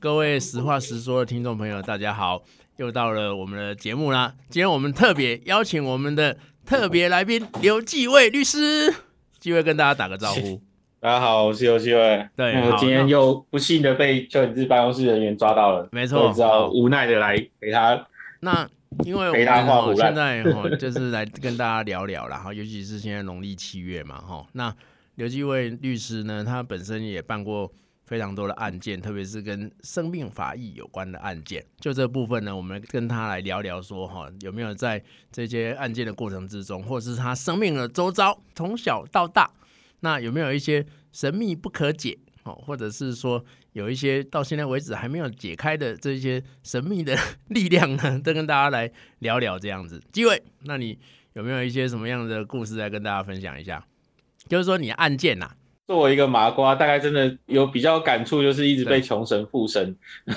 各位实话实说的听众朋友，大家好，又到了我们的节目啦。今天我们特别邀请我们的特别来宾刘继卫律师，继卫跟大家打个招呼。大家好，我是游戏伟。对那好我今天又不幸的被邱永志办公室人员抓到了，没错我只好好无奈的来陪他。那因为我肥大们化哦腐现烂在哈，就是来跟大家聊聊啦哈，尤其是现在农历七月嘛哈。那刘继卫律师呢，他本身也办过非常多的案件，特别是跟生病法益有关的案件。就这部分呢，我们跟他来聊聊说哈，有没有在这些案件的过程之中，或是他生命的周遭，从小到大，那有没有一些神秘不可解哦，或者是说有一些到现在为止还没有解开的这些神秘的 力量呢？ 都跟大家来聊聊这样子。机会，那你有没有一些什么样的故事来跟大家分享一下？就是说你的案件呐、作为一个麻瓜，大概真的有比较感触，就是一直对被穷神附身，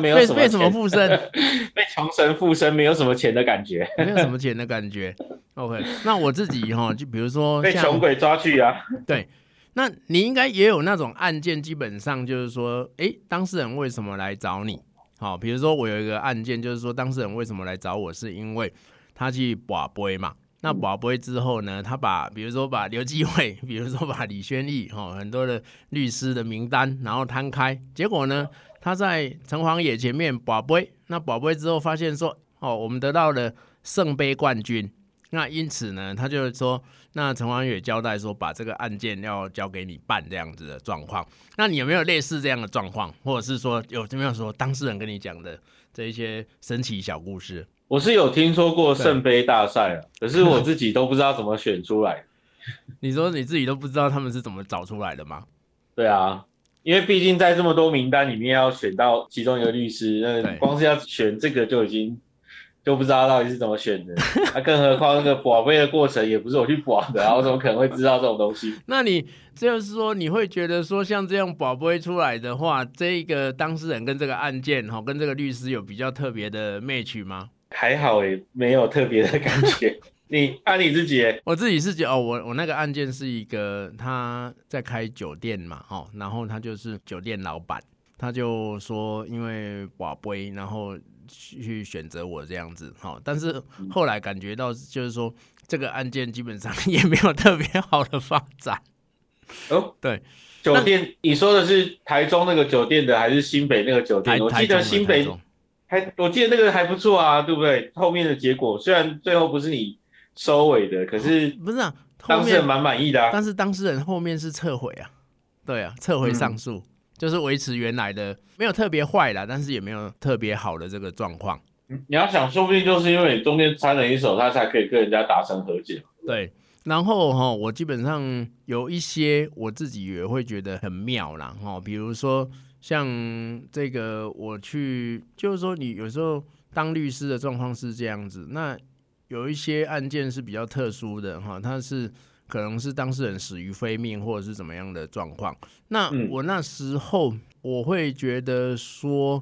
没有被什么被什么钱 附身， 被穷神附身，没有什么钱的感觉，没有什么钱的感觉。OK，那我自己哈，就比如说被像穷鬼抓去啊。对，那你应该也有那种案件，基本上就是说，诶，当事人为什么来找你？好、比如说我有一个案件，就是说当事人为什么来找我，是因为他去把杯嘛。那把杯之后呢，他把比如说把刘继伟，比如说把李轩义，哦，很多的律师的名单，然后摊开，结果呢，他在城隍爷前面把杯，那把杯之后发现说，哦，我们得到了圣杯冠军，那因此呢，他就说，那陈王也交代说，把这个案件要交给你办这样子的状况。那你有没有类似这样的状况，或者是说有有没有说当事人跟你讲的这一些神奇小故事？我是有听说过对圣杯大赛啊，可是我自己都不知道怎么选出来。你说你自己都不知道他们是怎么找出来的吗？对啊，因为毕竟在这么多名单里面要选到其中一个律师，对那光是要选这个就已经就不知道到底是怎 么选的，那、更何况那个保贝的过程也不是我去保 的啊，我怎么可能会知道这种东西？那你就是说，你会觉得说，像这样宝贝出来的话，这一个当事人跟这个案件哈、哦，跟这个律师有比较特别的 match 吗？还好诶、没有特别的感 觉。你按、你自己欸、我自己是觉得哦，我我那个案件是一个他在开酒店嘛，哦，然后他就是酒店老板，他就说因为瓦杯，然后去选择我这样子，哦，但是后来感觉到就是说这个案件基本上也没有特别好的发 展，哦，对，酒店，你说的是台中那个酒店的，还是新北那个酒台店？我台记中得的新台北中还我记得那个还不错啊，对不对？后面的结果虽然最后不是你收尾的，可是不是啊，后当事人面蛮满意的啊。但是当事人后面是撤回啊，对啊，撤回上嗯诉、就是维持原来的，没有特别坏啦，但是也没有特别好的这个状况。你要想，说不定就是因为你中间掺了一手，他才可以跟人家达成和解。对，然后哈、我基本上有一些我自己也会觉得很妙啦哈、比如说像这个我去，就是说你有时候当律师的状况是这样子，那有一些案件是比较特殊的哈、它是可能是当事人死于非命或者是怎么样的状况。那嗯我那时候我会觉得说，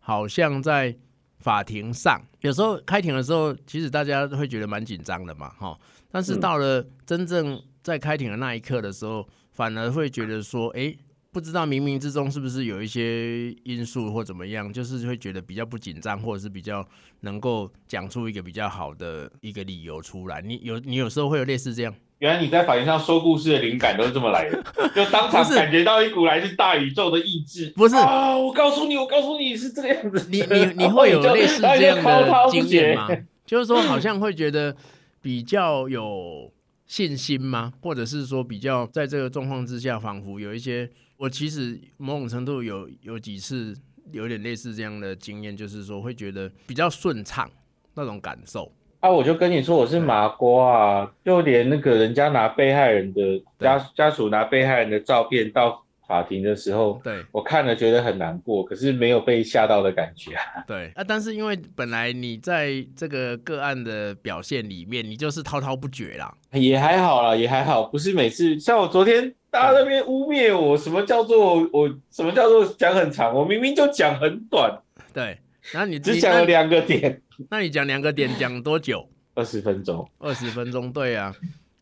好像在法庭上，有时候开庭的时候，其实大家会觉得蛮紧张的嘛，哈。但是嗯到了真正在开庭的那一刻的时候，反而会觉得说，诶，不知道冥冥之中是不是有一些因素或怎么样，就是会觉得比较不紧张，或者是比较能够讲出一个比较好的一个理由出来。你有你有时候会有类似这样，原来你在法庭上说故事的灵感都是这么来 的，就当场不是感觉到一股来自大宇宙的意志。不是啊，我告诉你，我告诉你是这个样哎子。你你你会有类似这 样的经验吗？就是说，好像会觉得比较有信心吗？或者是说，比较在这个状况之下，仿佛有一些我其实某种程度有有几次有点类似这样的经验，就是说会觉得比较顺畅那种感受。啊，我就跟你说我是麻瓜啊，就连那个人家拿被害人的家家属拿被害人的照片到法庭的时候，对我看了觉得很难过，可是没有被吓到的感觉啊。对啊，但是因为本来你在这个个案的表现里面，你就是滔滔不绝啦。也还好啦，也还好，不是每次像我昨天大家那边污蔑我，什么叫做我什么叫做讲很长，我明明就讲很短，对，然后你只你讲了那两个点，那你讲两个点，讲多久？二十分钟。二十分钟，对啊，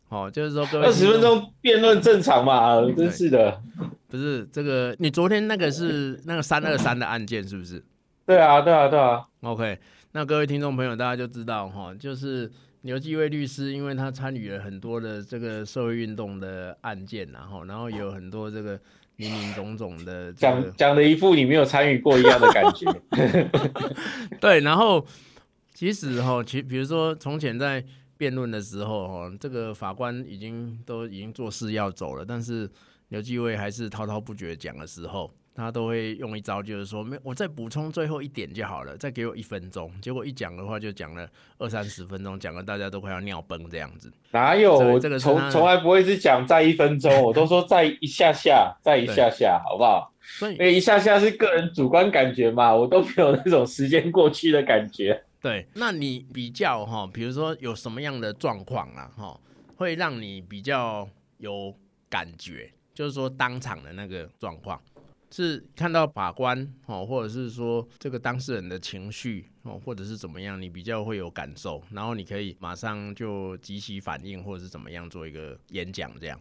哦，就是说各位 二十听分众钟辩论正常嘛？真是的。不是这个，你昨天那个是那个三二三的案件是不是对啊，对啊，对啊， ？OK，那各位听众朋友大家就知道哈，就是刘继卫律师，因为他参与了很多的这个社会运动的案件，然后然后也有很多这个林林总总的这个讲讲的一副你没有参与过一样的感 觉。对，然后其实哈，其比如说从前在辩论的时候哈，这个法官已经都已经做事要走了，但是刘继伟还是滔滔不绝讲的时候，他都会用一招，就是说，没有我再补充最后一点就好了，再给我一分钟。结果一讲的话就讲了二三十分钟，讲的大家都快要尿崩这样子。哪有？这个我这个是他从的从来不会是讲在一分钟，我都说在一下 下，在一下下，好不好？所以那一下下是个人主观感觉嘛，我都没有那种时间过去的感觉。对，那你比较哈，比如说有什么样的状况啊，哈，会让你比较有感觉，就是说当场的那个状况，是看到法官哦，或者是说这个当事人的情绪哦，或者是怎么样，你比较会有感受，然后你可以马上就及时反应，或者是怎么样做一个演讲，这样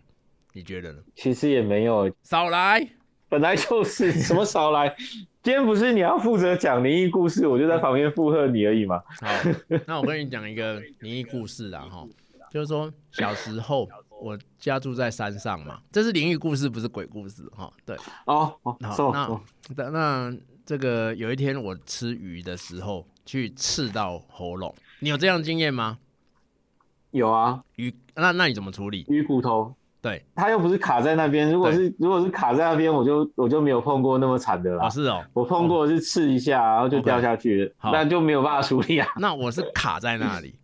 你觉得呢？其实也没有，少来，本来就是什么少 来。今天不是你要负责讲灵异故事，我就在旁边附和你而已嘛。好，那我跟你讲一个灵异故事啦，哈，就是说小时候我家住在山上嘛，这是灵异故事，不是鬼故事哈。对，哦，哦好，是哦那哦那那这个有一天我吃鱼的时候去刺到喉咙，你有这样的经验吗？有啊，鱼，那那你怎么处理？鱼骨头，对，它又不是卡在那边。如果是如果是卡在那边，我就我就没有碰过那么惨的啦哦，。是哦，我碰过的是刺一下，然后就掉下去了，好那就没有办法处理啊。那我是卡在那里，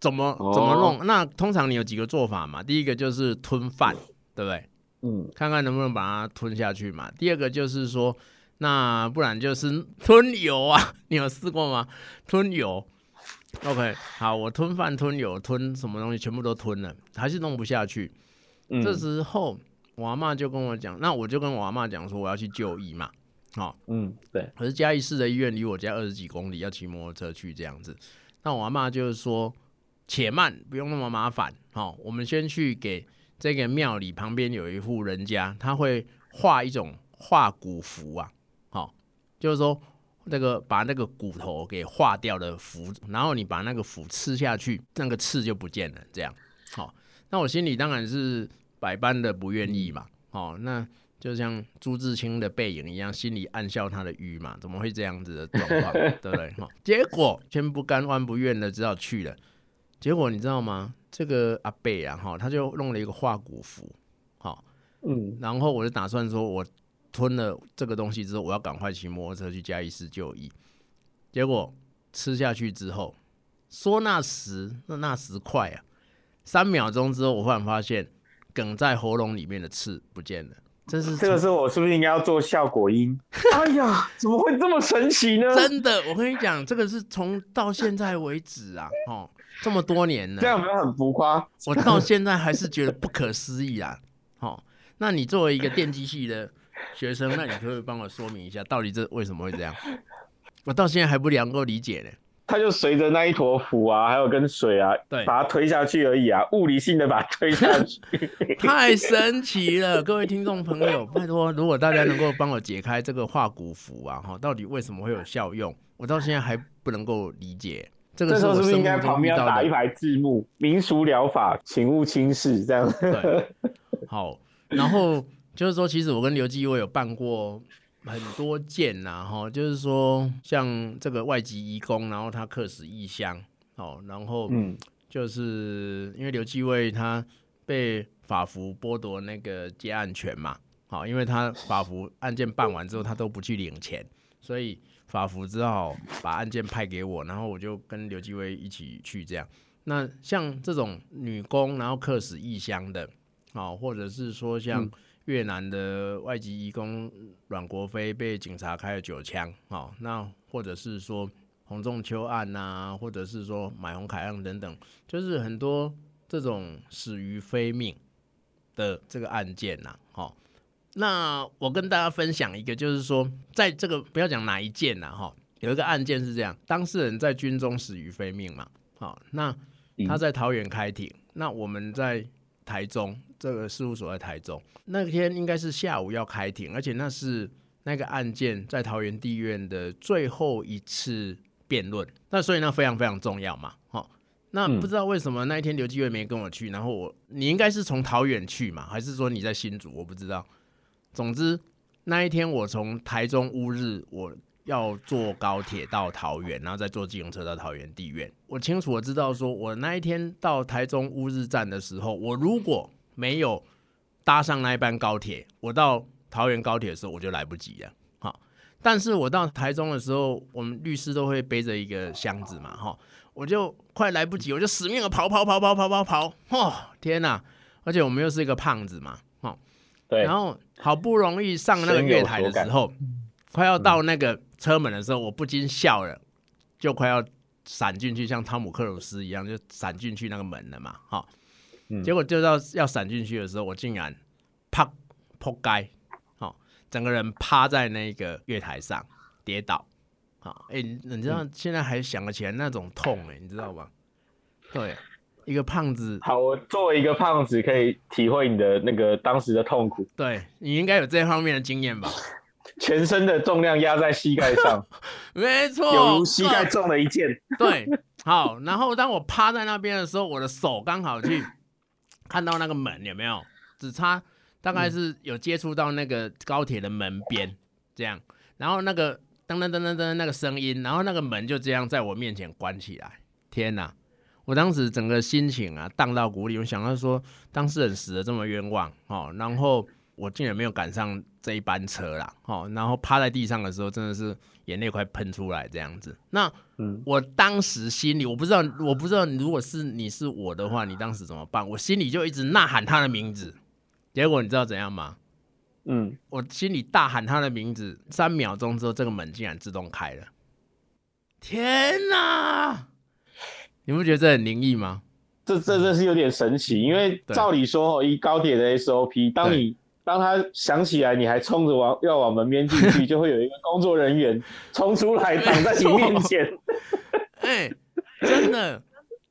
怎么哦怎么弄？那通常你有几个做法嘛？第一个就是吞饭，对不对？嗯，看看能不能把它吞下去嘛。第二个就是说，那不然就是吞油啊， 你有试过吗？吞油。OK，好，我吞饭、吞油、吞什么东西，全部都吞了，还是弄不下去。嗯这时候我阿妈就跟我讲，那我就跟我阿妈讲说我要去就医嘛。好、嗯，对，可是嘉义市的医院离我家二十几公里，要骑摩托车去这样子。那我阿妈就是说，且慢，不用那么麻烦，好、我们先去给这个庙里旁边有一户人家，他会画一种画骨符啊，好、就是说那个把那个骨头给化掉的符，然后你把那个符刺下去，那个刺就不见了，这样，好、那我心里当然是百般的不愿意嘛，哦，那就像朱自清的背影一样，心里暗笑他的愚嘛，怎么会这样子的状况，对不对？哦，结果千不甘万不愿的，只好去了。结果你知道吗？这个阿贝啊，哈、他就弄了一个化骨符，好、嗯，然后我就打算说，我吞了这个东西之后，我要赶快骑摩托车去嘉义市就医。结果吃下去之后，说那时那那时快啊，三秒钟之后，我忽然发现梗在喉咙里面的刺不见了，真是嗯这个时候我是不是应该要做效果 音？哎呀，怎么会这么神奇 呢？真的。我跟你讲，这个是从到现在为止啊，哦，这么多年了这，样有没有很浮夸？我到现在还是觉得不可思议啊！哦，那你作为一个电机系的学生，那你可不可以帮我说明一下，到底这为什么会这样？我到现在还不能够理解呢。它就随着那一坨腐啊，还有跟水啊，对把它推下去而已啊，物理性的把它推下去。太神奇了，各位听众朋友，拜托，如果大家能够帮我解开这个化骨符啊，哈，到底为什么会有效用？我到现在还不能够理解。 这个这时是候我是不是生应该活旁中遇边到要打一的。排字幕“民俗疗法，请勿轻视”这样？对，好，然后就是说，其实我跟刘继威有办过很多件呐、哈，就是说像这个外籍移工，然后他客死异乡，哦，然后嗯，就是因为刘继威他被法服剥夺那个接案权嘛，好、因为他法服案件办完之后，他都不去领钱，所以法服只好把案件派给我，然后我就跟刘继威一起去这样。那像这种女工，然后客死异乡的，好、或者是说像越南的外籍移工阮国飞被警察开了九枪，好、那或者是说洪仲秋案呐、或者是说买红凯案等等，就是很多这种死于非命的这个案件呐、好、那我跟大家分享一个，就是说，在这个不要讲哪一件呐、哈、有一个案件是这样，当事人在哦军中死于非命嘛，好、那他在桃园开庭，那我们在台中，这个事务所在台中。那天应该是下午要开庭，而且那是那个案件在桃园地院的最后一次辩论，那所以那非常非常重要嘛，哦。那嗯不知道为什么那一天刘继伟没跟我去，然后我你应该是从桃园去嘛，还是说你在新竹？我不知道。总之那一天我从台中乌日，我要坐高铁到桃园，然后再坐机动车到桃园地院。我清楚的知道说，我那一天到台中乌日站的时候，我如果没有搭上那一班高铁，我到桃园高铁的时候我就来不及了。好，但是我到台中的时候，我们律师都会背着一个箱子嘛，哈，我就快来不及，我就死命的跑跑跑跑跑跑跑，哦，天哪！而且我们又是一个胖子嘛，哦，对然，后好不容易上那个月台的时候，快要到那个车门的时候，我不禁笑了，就快要闪进去，像汤姆克鲁斯一样就闪进去那个门了嘛，哈、嗯结果就到要闪进去的时候，我竟然啪扑街，哦，整个人趴在那个月台上跌倒，啊、哦，哎，你知道现在还想得起来那种痛哎、你知道吗？对，一个胖子 好，我作为一个胖子，可以体会你的那个当时的痛苦，对你应该有这方面的经验吧？全身的重量压在膝盖 上，没错，有如膝盖靠中了一箭。对，好，然后当我趴在那边的时候，我的手刚好去看到那个门，有没有？只差大概是有接触到那个高铁的门边，这样，然后那个噔噔噔噔噔那个声音，然后那个门就这样在我面前关起来。天哪！我当时整个心情啊荡到谷底，我想到说当事人死的这么冤枉哦，然后我竟然没有赶上这一班车啦哦，然后趴在地上的时候真的是眼泪快喷出来这样子。那嗯，我当时心里，我不知道，我不知道，如果是你是我的话，你当时怎么办？我心里就一直呐喊他的名字，结果你知道怎样吗？嗯，我心里大喊他的名字，三秒钟之后，这个门竟然自动开了。天哪！你不觉得这很灵异吗？这这真是有点神奇，因为对照理说，哦，以高铁的 SOP，当对你当他想起来你还冲着往要往门边进 去，就会有一个工作人员冲出来挡在你面前。哎、真的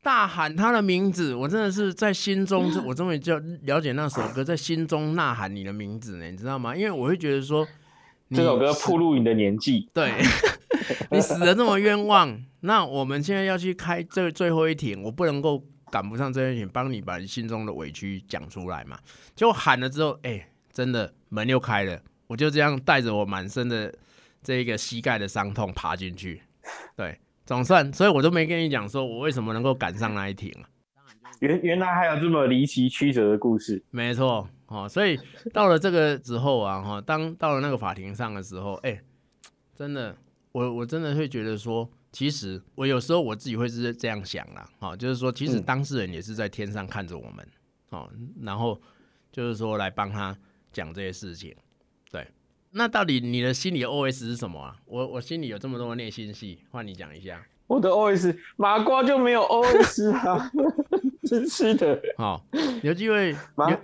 大喊他的名字，我真的是在心中，我终于就了解那首歌，在心中呐喊你的名字呢，你知道吗？因为我会觉得说， 你这首歌死暴露你的年纪，对，你死的这么冤枉，那我们现在要去开这最后一庭，我不能够赶不上这一庭，帮你把你心中的委屈讲出来嘛。就喊了之后，哎、真的门又开了，我就这样带着我满身的这个膝盖的伤痛爬进去，对，总算，所以我都没跟你讲说我为什么能够赶上那一庭啊。原原来还有这么离奇曲折的故事。没错，哦，所以到了这个之后啊，哈、当到了那个法庭上的时候，哎、真的，我我真的会觉得说，其实我有时候我自己会是这样想啦，哦，就是说，其实嗯当事人也是在天上看着我们，哦，然后就是说来帮他讲这些事情，对。那到底你的心里 OS 是什么啊？我我心里有这么多内心戏，换你讲一下。我的 OS 麻瓜就没有 OS 啊， 真是的，好、刘继伟，麻刘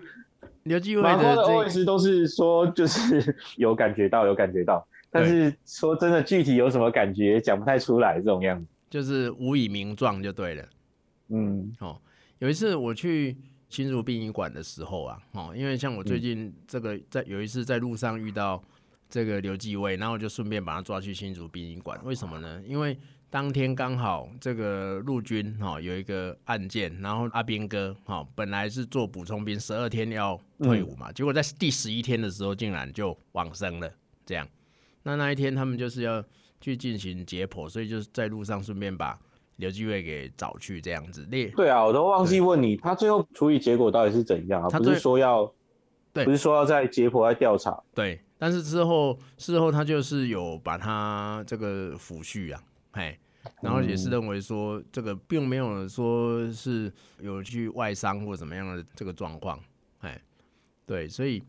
刘继伟麻瓜的这 OS 都是说就是 有感觉到有感觉到，但是说真的具体有什么感觉讲不太出来这种样子。就是无以名状就对了。嗯，哦有一次我去新竹殡仪馆的时候啊，哦，因为像我最近这个在有一次在路上遇到这个刘继威，然后我就顺便把他抓去新竹殡仪馆。为什么呢？因为当天刚好这个陆军哈、哦、有一个案件，然后阿兵哥哈、哦、本来是做补充兵，十二天要退伍嘛，结果在第十一天的时候竟然就往生了。这样，那那一天他们就是要去进行解剖，所以就是在路上顺便把刘继威给找去这样子。那对啊，我都忘记问你，他最后处理结果到底是怎样啊？他不最是说要，对不是说要在解剖在调查，对，但是之后事后他就是有把他这个抚恤啊，嘿，然后也是嗯认为说这个并没有说是有去外伤或怎么样的这个状况，哎，对，所以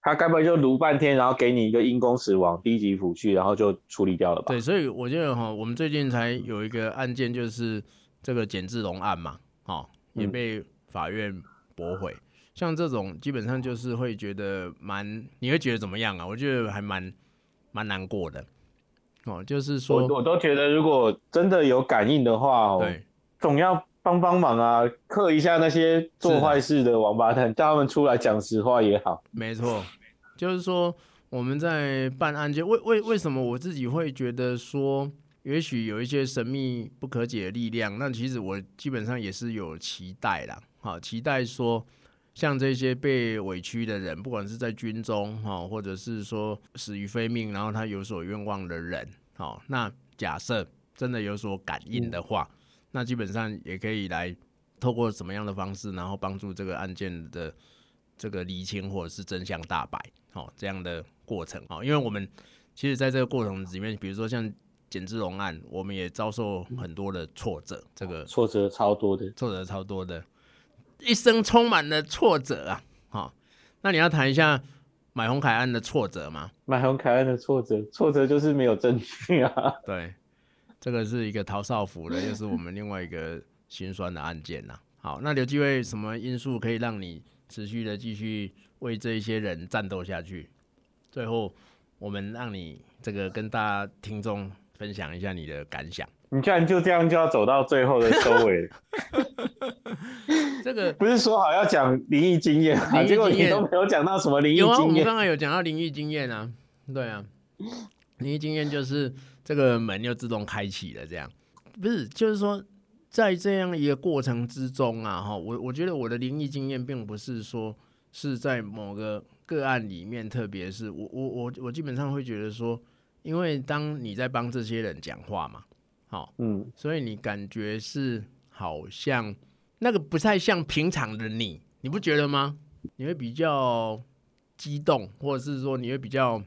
他该不会就撸半天，然后给你一个因公死亡低级抚恤，然后就处理掉了吧对，？所以我觉得哈，我们最近才有一个案件，就是这个简志龙案嘛，哦，也嗯被法院驳回。像这种基本上就是会觉得蛮，你会觉得怎么样啊？我觉得还蛮蛮难过的，哦，就是我说，我都觉得，如果真的有感应的话、哦，对，总要帮帮忙啊，克一下那些做坏事的王八蛋，叫他们出来讲实话也好。没错， 就是说我们在办案件，为为为什么我自己会觉得说，也许有一些神秘不可解的力量？那其实我基本上也是有期待啦，好，期待说。像这些被委屈的人，不管是在军中哈、哦，或者是说死于非命，然后他有所愿望的人，好、哦，那假设真的有所感应的话，那基本上也可以来透过什么样的方式，然后帮助这个案件的这个厘清或者是真相大白，好、哦、这样的过程啊。因为我们其实在这个过程里面，比如说像简志龙案，我们也遭受很多的挫折，这个挫折超多的，挫折超多的。一生充满了挫折啊！好、哦，那你要谈一下买红凯案的挫折吗？买红凯案的挫折，挫折就是没有证据啊。 对，这个是一个陶少福的，又是我们另外一个心酸的案件呐、啊。好，那刘继卫什么因素可以让你持续的继续为这一些人战斗下去？最后，我们让你这个跟大家听众分享一下你的感想。你居然就这样就要走到最后的收尾，这个不是说好要讲灵异经验啊？灵异经验结果你都没有讲到什么灵异有啊，我经们验。刚才有讲到灵异经验啊，对啊，灵异经验就是这个门又自动开启了，这样不是就是说在这样一个过程之中啊，哈，我我觉得我的灵异经验并不是说是在某个个案里面，特别是我我我我基本上会觉得说，因为当你在帮这些人讲话嘛，好、嗯，所以你感觉是好像那个不太像平常的你，你不觉得吗？你会比较激动，或者是说你会比较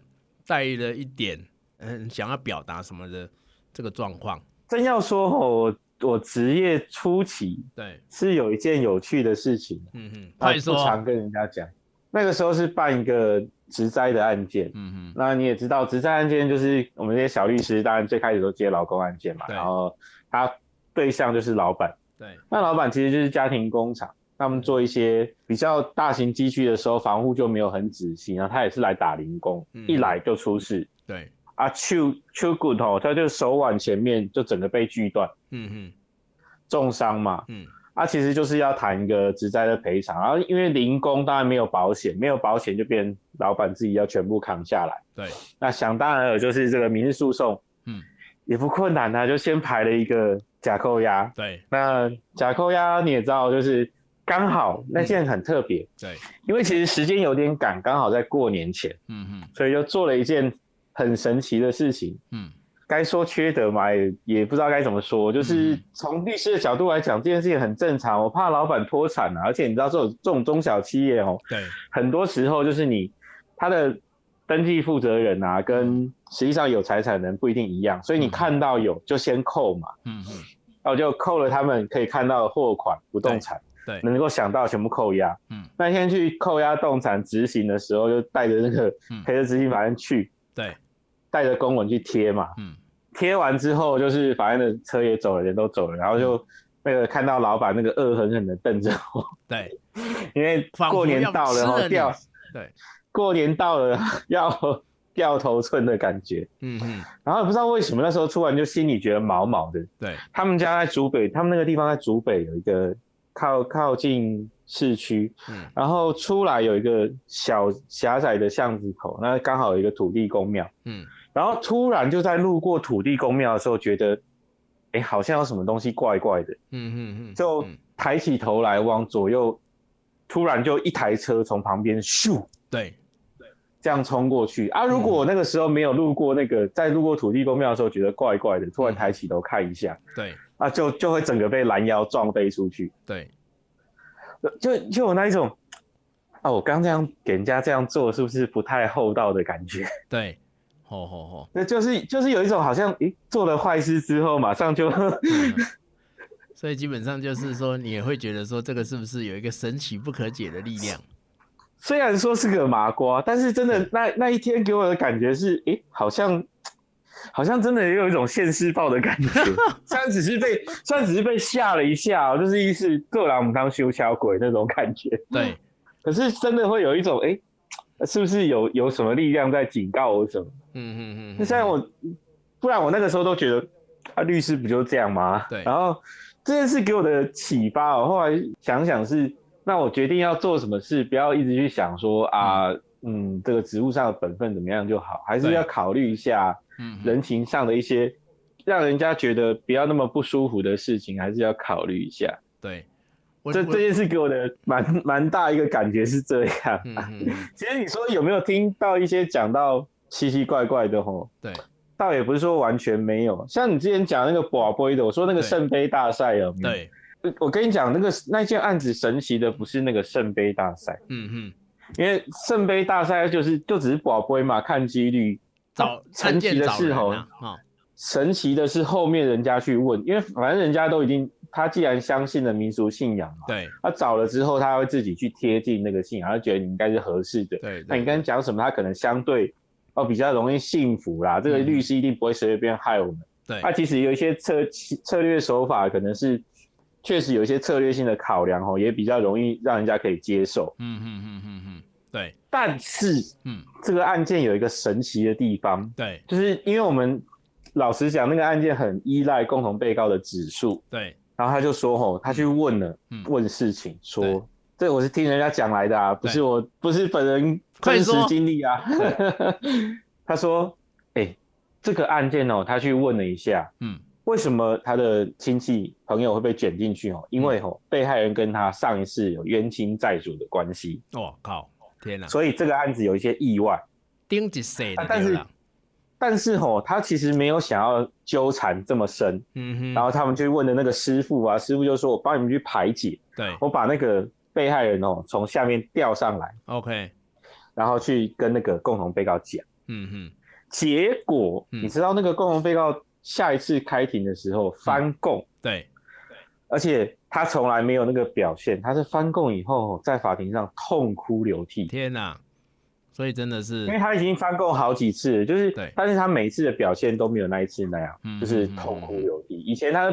带了一点嗯想要表达什么的这个状况。真要说吼，我我职业初期对，是有一件有趣的事情，嗯哼，啊快说不，常跟人家讲。那个时候是办一个职灾的案件，嗯那你也知道，职灾案件就是我们这些小律师，当然最开始都接劳工案件嘛，对然后他对象就是老板。哼，对，那老板其实就是家庭工厂，他们做一些比较大型机具的时候，防护就没有很仔细，然后他也是来打零工，嗯一来就出事对，啊，秋秋骨头，他就手腕前面就整个被锯断，嗯重伤嘛，哼，嗯，啊，其实就是要谈一个职灾的赔偿，然后因为零工当然没有保险，没有保险就变老板自己要全部扛下来。对，那想当然了，就是这个民事诉讼，嗯，也不困难啊，就先排了一个假扣押。对，那假扣押你也知道，就是刚好那件很特别，对，因为其实时间有点赶，刚好在过年前，嗯哼，所以就做了一件很神奇的事情。嗯，该说缺德嘛，也也不知道该怎么说。就是嗯从律师的角度来讲，这件事情很正常。我怕老板脱产啊，而且你知道这种这种中小企业哦，对，很多时候就是你他的登记负责人啊，跟实际上有财产人不一定一样，所以你嗯看到有就先扣嘛，嗯哼，然后就扣了他们可以看到的货款、不动产，对能够想到全部扣押。嗯，那天去扣押动产执行的时候，就带着那个嗯陪着执行法院去，对，带着公文去贴嘛。嗯，贴完之后，就是法院的车也走了，人都走了，然后嗯就那个看到老板那个恶狠狠的瞪着我，对，因为过年到了仿佛要吃了哦，你掉对，过年到了要掉头寸的感觉。嗯哼，然后不知道为什么那时候突然就心里觉得毛毛的。对，他们家在竹北，他们那个地方在竹北有一个靠靠近市区，嗯，然后出来有一个小狭窄的巷子口，那刚好有一个土地公庙。嗯，然后突然就在路过土地公庙的时候，觉得，哎，好像有什么东西怪怪的，嗯哼哼，就嗯抬起头来往左右，突然就一台车从旁边咻对，这样冲过去啊！如果我那个时候没有路过那个，在路过土地公庙的时候觉得怪怪的，突然抬起头看一下对，啊，就就会整个被拦腰撞飞出去，对，就就有那一种。啊，我刚这样给人家这样做，是不是不太厚道的感觉？ 对，吼吼吼。 那就是就是有一种好像，诶，做了坏事之后，马上就 所以基本上就是说，你也会觉得说，这个是不是有一个神奇不可解的力量？虽然说是个麻瓜，但是真的那那一天给我的感觉是，诶，好像好像真的也有一种现世报的感觉。 虽然只是被虽然只是被吓了一下、哦，就是意思做狼当修小鬼那种感觉，对，可是真的会有一种，诶，是不是有有什么力量在警告我什么？嗯嗯嗯，那虽然我不然我那个时候都觉得啊，律师不就这样吗？对然后这件事给我的启发哦，后来想想是，那我决定要做什么事，不要一直去想说啊，嗯，这个职务上的本分怎么样就好，还是对要考虑一下嗯，人情上的一些让人家觉得不要那么不舒服的事情，还是要考虑一下。对，我这我这件事给我的蛮蛮大一个感觉是这样。嗯嗯嗯其实你说有没有听到一些讲到奇奇怪怪的吼？对，倒也不是说完全没有，像你之前讲那个宝贝的，我说那个对圣杯大赛有没有？对，呃我跟你讲，那个那件案子神奇的不是那个圣杯大赛，嗯嗯，因为圣杯大赛就是就只是宝贝嘛，看几率。找啊神案奇件的找是人吼，啊，哦，神奇的是后面人家去问，因为反正人家都已经他既然相信了民俗信仰嘛，对他找了之后他会自己去贴近那个信仰，他觉得你应该是合适的。对，那对你刚才讲什么？他可能相对哦比较容易信服啦。这个嗯律师一定不会随随便害我们。对那、其实有一些策策略手法，可能是确实有一些策略性的考量哦，也比较容易让人家可以接受。嗯嗯嗯嗯嗯，对，但是嗯这个案件有一个神奇的地方，对就是因为我们老实讲，那个案件很依赖共同被告的指数，对，然后他就说吼，他去问了、嗯问事情对说。这我是听人家讲来的啊，不是对我，不是本人快真实说经历啊。 他说：“哎、这个案件哦，他去问了一下，嗯为什么他的亲戚朋友会被卷进去哦？嗯因为哦，被害人跟他上一次有冤亲债主的关系，我哦靠，天哪，所以这个案子有一些意外。丁一世啊的但对是啦，但是哦，他其实没有想要纠缠这么深。嗯然哼，后他们去问的那个师傅啊，师傅就说：我帮你们去排解，对我把那个被害人哦从下面吊上来， ，OK，然后去跟那个共同被告讲。”嗯哼，结果、嗯你知道那个共同被告下一次开庭的时候翻供，对，而且他从来没有那个表现，他是翻供以后在法庭上痛哭流涕，天哪，所以真的是因为，他已经翻供好几次了，就是对，但是他每次的表现都没有那一次那样，嗯就是痛哭流涕。以前他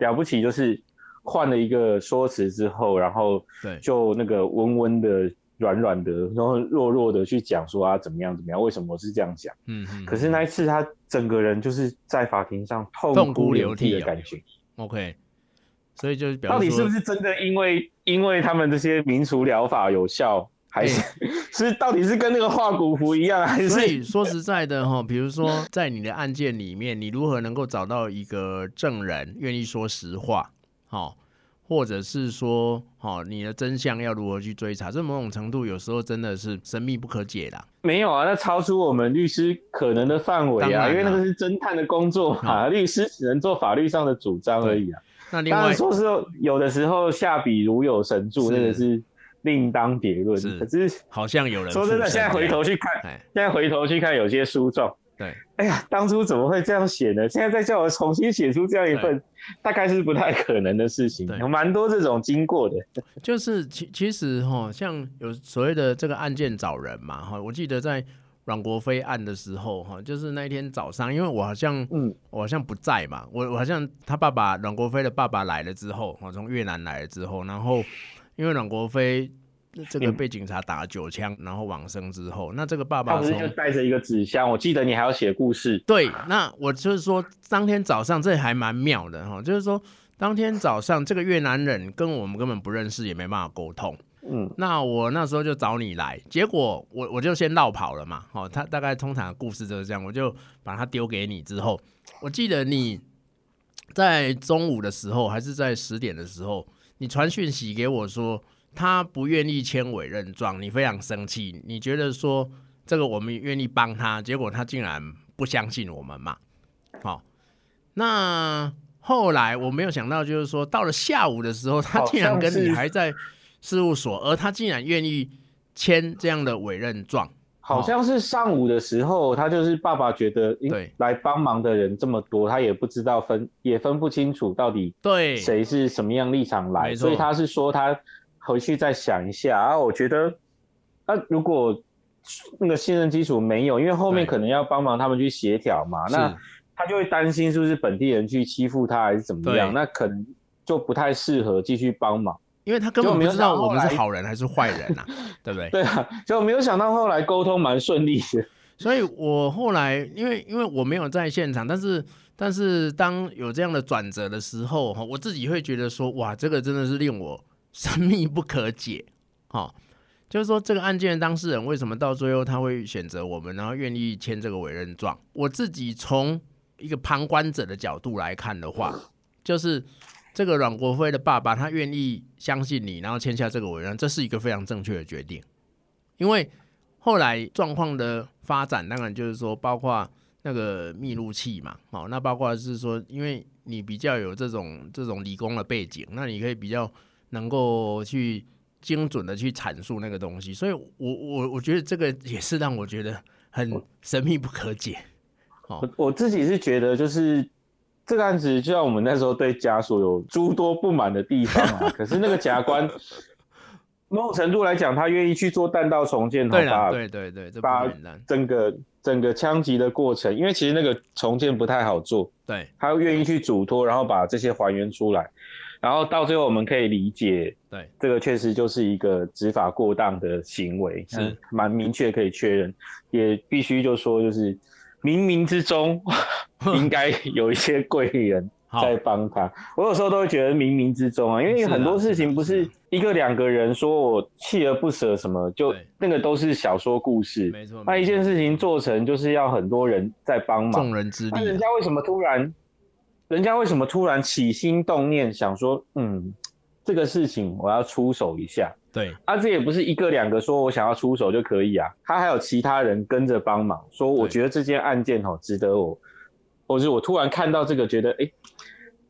了不起就是换了一个说辞之后，然后对就那个温温的。软软的，然后弱弱的去讲说啊怎么样怎么样，为什么我是这样讲？嗯嗯，可是那一次，他整个人就是在法庭上痛痛哭哭流流涕涕哦的感觉。 OK，所以就是表示到底说是不是真的因为因为他们这些民俗疗法有效，还是、是到底是跟那个化骨符一样，还哎所是以说实在的哈，比如说在你的案件里面，你如何能够找到一个证人愿意说实话，哦，或者是说哦你的真相要如何去追查？这某种程度有时候真的是神秘不可解啦。没有啊？那超出我们律师可能的范围当然啊，啊因为那个是侦探的工作嘛，律师只能做法律上的主张而已啊。那另当然外说是有的时候下笔如有神助，是那个是另当别论是。可是好像有人说真的，附身现在回头去看，哎现在回头去看有些书状。对哎呀，当初怎么会这样写呢？现在再叫我重新写出这样一份，大概是不太可能的事情对。有蛮多这种经过的。就是其其实哈，像有所谓的这个案件找人嘛哈，我记得在阮国飞案的时候哈，就是那一天早上，因为我好像嗯，我好像不在嘛，我我好像他爸爸阮国飞的爸爸来了之后，我从越南来了之后，然后因为阮国飞这个嗯被警察打了九枪，然后往生之后，那这个爸他爸不是从就带着一个纸箱？我记得你还要写故事。对，那我就是说当天早上这还蛮妙的哈，就是说当天早上这个越南人跟我们根本不认识，也没办法沟通。嗯，那我那时候就找你来，结果我我就先绕跑了嘛。哦，他大概通常的故事就是这样，我就把它丢给你之后，我记得你在中午的时候还是在十点的时候，你传讯息给我说他不愿意签委任状，你非常生气，你觉得说这个我们愿意帮他，结果他竟然不相信我们嘛。好、那后来我没有想到，就是说到了下午的时候，他好竟然像跟你是还在事务所，而他竟然愿意签这样的委任状。好像是上午的时候，他就是爸爸觉得，诶对来帮忙的人这么多，他也不知道分，也分不清楚到底对，谁是什么样立场来，没错所以他是说他回去再想一下啊。我觉得，那、如果那个信任基础没有，因为后面对可能要帮忙他们去协调嘛，是啊那他就会担心是不是本地人去欺负他还是怎么样，对那可能就不太适合继续帮忙。 因为他根本就不没有知道想到我们后是来好人还是坏人呐、啊，对不对？对啊，就没有想到后来沟通蛮顺利的。所以我后来因为因为我没有在现场，但是但是当有这样的转折的时候，哈，我自己会觉得说，哇，这个真的是令我生命不可解，哈、就是说这个案件的当事人为什么到最后他会选择我们，然后愿意签这个委任状？我自己从一个旁观者的角度来看的话，就是这个阮国辉的爸爸，他愿意相信你，然后签下这个委任，这是一个非常正确的决定。因为后来状况的发展，当然就是说，包括那个密录器嘛，哦，那包括是说，因为你比较有这种这种理工的背景，那你可以比较能够去精准的去阐述那个东西，所以我我我觉得这个也是让我觉得很神秘不可解。哦我 我自己是觉得，就是这个案子，就像我们那时候对家属有诸多不满的地方 啊，可是那个检察官某种程度来讲，他愿意去做弹道重建，对把啦，对对对，这不把简单。整个整个枪击的过程，因为其实那个重建不太好做，对他愿意去嘱托，然后把这些还原出来，然后到最后我们可以理解，对，这个确实就是一个执法过当的行为，是嗯蛮明确可以确认，也必须就说就是冥冥 之中应该有一些贵人好，在帮他。我有时候都会觉得冥冥之中啊，因为是啊很多事情不是啊是是啊一个两个人说我锲而不舍什么，就对那个都是小说故事。没错。那一件事情没错做成，就是要很多人在帮忙。众人之那人力啊，家为什么突然，人家为什么突然起心动念想说，嗯，这个事情我要出手一下？对啊，这也不是一个两个说我想要出手就可以啊，他还有其他人跟着帮忙，说我对觉得这件案件哦值得我，或是我突然看到这个觉得哎、诶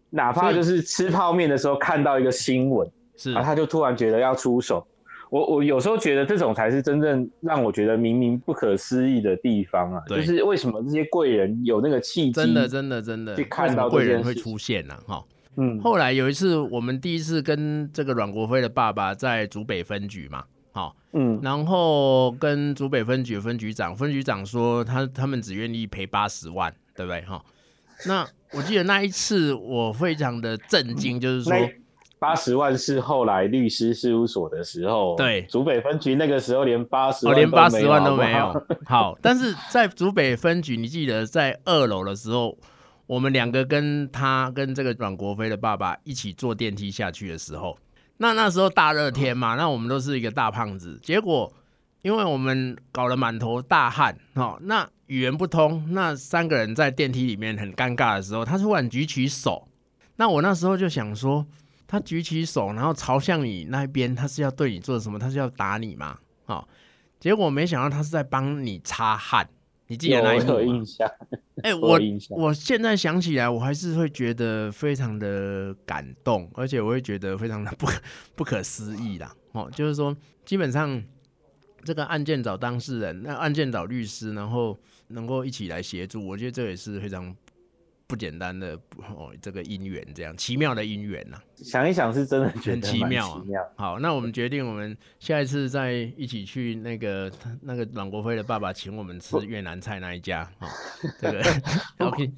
哪怕所以就是吃泡面的时候看到一个新闻，是啊，他就突然觉得要出手。我我有时候觉得这种才是真正让我觉得明明不可思议的地方啊，对就是为什么这些贵人有那个契机，真的真的真的，去看为什么到这贵人件会事情出现呢、哈、嗯，后来有一次，我们第一次跟这个阮国辉的爸爸在竹北分局嘛，好、嗯，然后跟竹北分局的分局长，分局长说他他们只愿意赔八十万，对不对？哈、那我记得那一次我非常的震惊，就是说，那八十万是后来律师事务所的时候，对竹北分局那个时候连八十我、万哦连八十万都好不没好有。 好，但是在竹北分局，你记得在二楼的时候，我们两个跟他跟这个阮国飞的爸爸一起坐电梯下去的时候，那那时候大热天嘛，那我们都是一个大胖子，结果因为我们搞了满头大汗，哦，那语言不通，那三个人在电梯里面很尴尬的时候，他突然举起手，那我那时候就想说。他举起手，然后朝向你那边，他是要对你做什么？他是要打你吗？哦，结果没想到他是在帮你擦汗，你记得 那一有幕有吗？印象，哎、我我有印象。我现在想起来，我还是会觉得非常的感动，而且我会觉得非常的不 可不可思议啦。哦，就是说，基本上这个案件找当事人，那案件找律师，然后能够一起来协助，我觉得这也是非常不简单的哦，这个姻缘，这样奇妙的姻缘呐、想一想是真的觉很得奇蛮妙啊奇妙。好，那我们决定，我们下一次再一起去那个那个阮国辉的爸爸请我们吃越南菜那一家。好、这个 OK，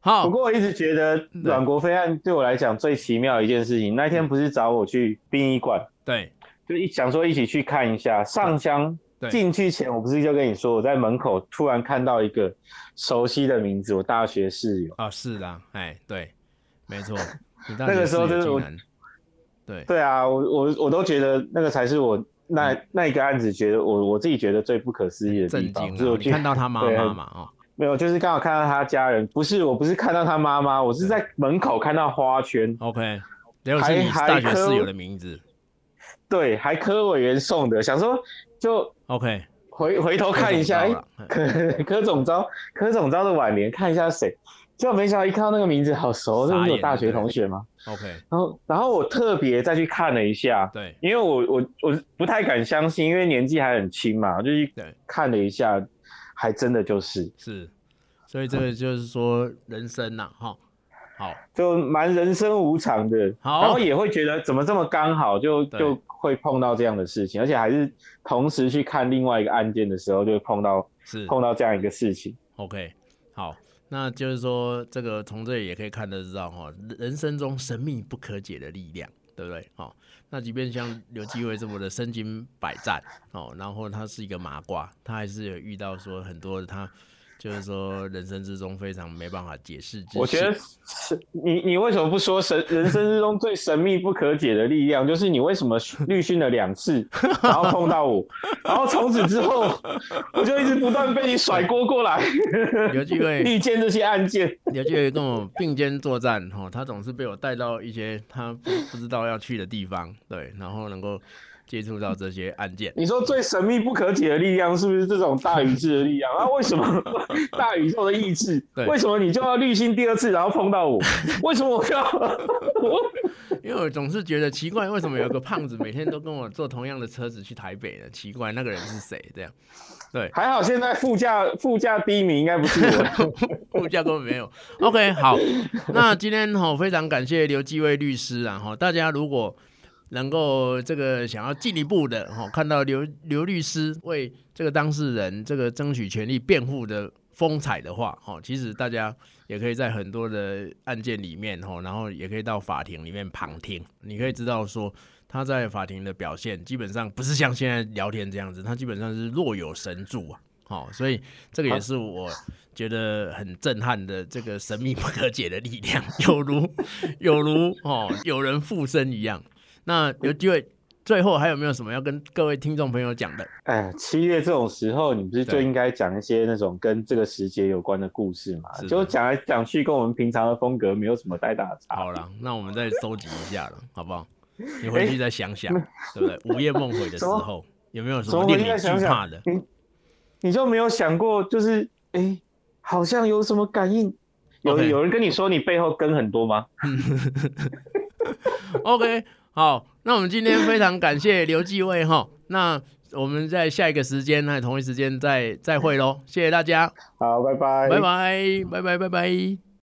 好不，过我一直觉得嗯阮国飞案对我来讲最奇妙的一件事情，那天不是找我去殡仪馆，对就一想说一起去看一下上香。对进去前，我不是就跟你说，我在门口突然看到一个熟悉的名字，我大学室友。啊，是啦，哎，对，没错，你那个时候真的我难，对对啊，我我我都觉得那个才是我那、嗯那一个案子，觉得我我自己觉得最不可思议的地震方，惊就是了，我你去看到他妈对啊妈嘛？哦，没有，就是刚好看到他家人，不是我不是看到他妈妈，我是在门口看到花圈， OK，结果是还你还大学科室友的名字。对，还科委员送的，想说就 OK，回回头看一下，哎、我找到了柯 柯总招柯总招的晚年看一下谁，结果没想到一看到那个名字好熟，哦傻这眼不是我大学同学吗？ OK，然后然后我特别再去看了一下，对因为我我我不太敢相信，因为年纪还很轻嘛，我就去对看了一下，还真的就是，是，所以这个就是说人生呐，哈，好，就蛮人生无常的，好然后也会觉得怎么这么刚好就对就会碰到这样的事情，而且还是同时去看另外一个案件的时候，就会碰到是碰到这样一个事情， OK，好，那就是说这个从这里也可以看得到哈，人生中神秘不可解的力量，对不对？哦，那即便像刘继伟这么的身经百战哦，然后他是一个麻瓜，他还是有遇到说很多的他就是说人生之中非常没办法解释之事。我觉得是你你为什么不说神人生之中最神秘不可解的力量？就是你为什么绿训了两次，然后碰到我，然后从此之后我就一直不断被你甩锅过来，刘继伟绿箭这些案件，刘继伟跟我并肩作战哦，他总是被我带到一些他不不知道要去的地方，对，然后能够接触到这些案件。你说最神秘不可解的力量是不是这种大宇宙的力量？啊，为什么大宇宙的意志对？为什么你就要滤芯第二次，然后碰到我？为什么我要？ 我，因为我总是觉得奇怪，为什么有个胖子每天都跟我坐同样的车子去台北呢？奇怪，那个人是谁？这样，对还好现在副驾副驾第一名应该不是我。 物价都没有。OK，好，那今天哈、非常感谢刘继卫律师啊哈、大家如果能够这个想要进一步的哈、看到刘刘律师为这个当事人这个争取权利辩护的风采的话，哈、其实大家也可以在很多的案件里面哈、然后也可以到法庭里面旁听，你可以知道说。他在法庭的表现基本上不是像现在聊天这样子，他基本上是若有神助啊，好、所以这个也是我觉得很震撼的这个神秘不可解的力量， 有如有如哦有人附身一样。那有机会，最后还有没有什么要跟各位听众朋友讲的？哎，七月这种时候，你不是就对应该讲一些那种跟这个时节有关的故事嘛是？的就讲来讲去，跟我们平常的风格没有什么太大的差。好了，那我们再收集一下了，好不好？你回去再想想，对不 对？午夜梦回的时候有没有哎什怎么么回令应你该想惧怕想的？你你就没有想过，就是哎、好像有什么感应？有 OK 有人跟你说你背后跟很多吗？ OK，好，那我们今天非常感谢刘继卫哈，那我们在下一个时间，那同一时间再再会喽，谢谢大家，好，拜拜，拜拜，拜拜，拜拜。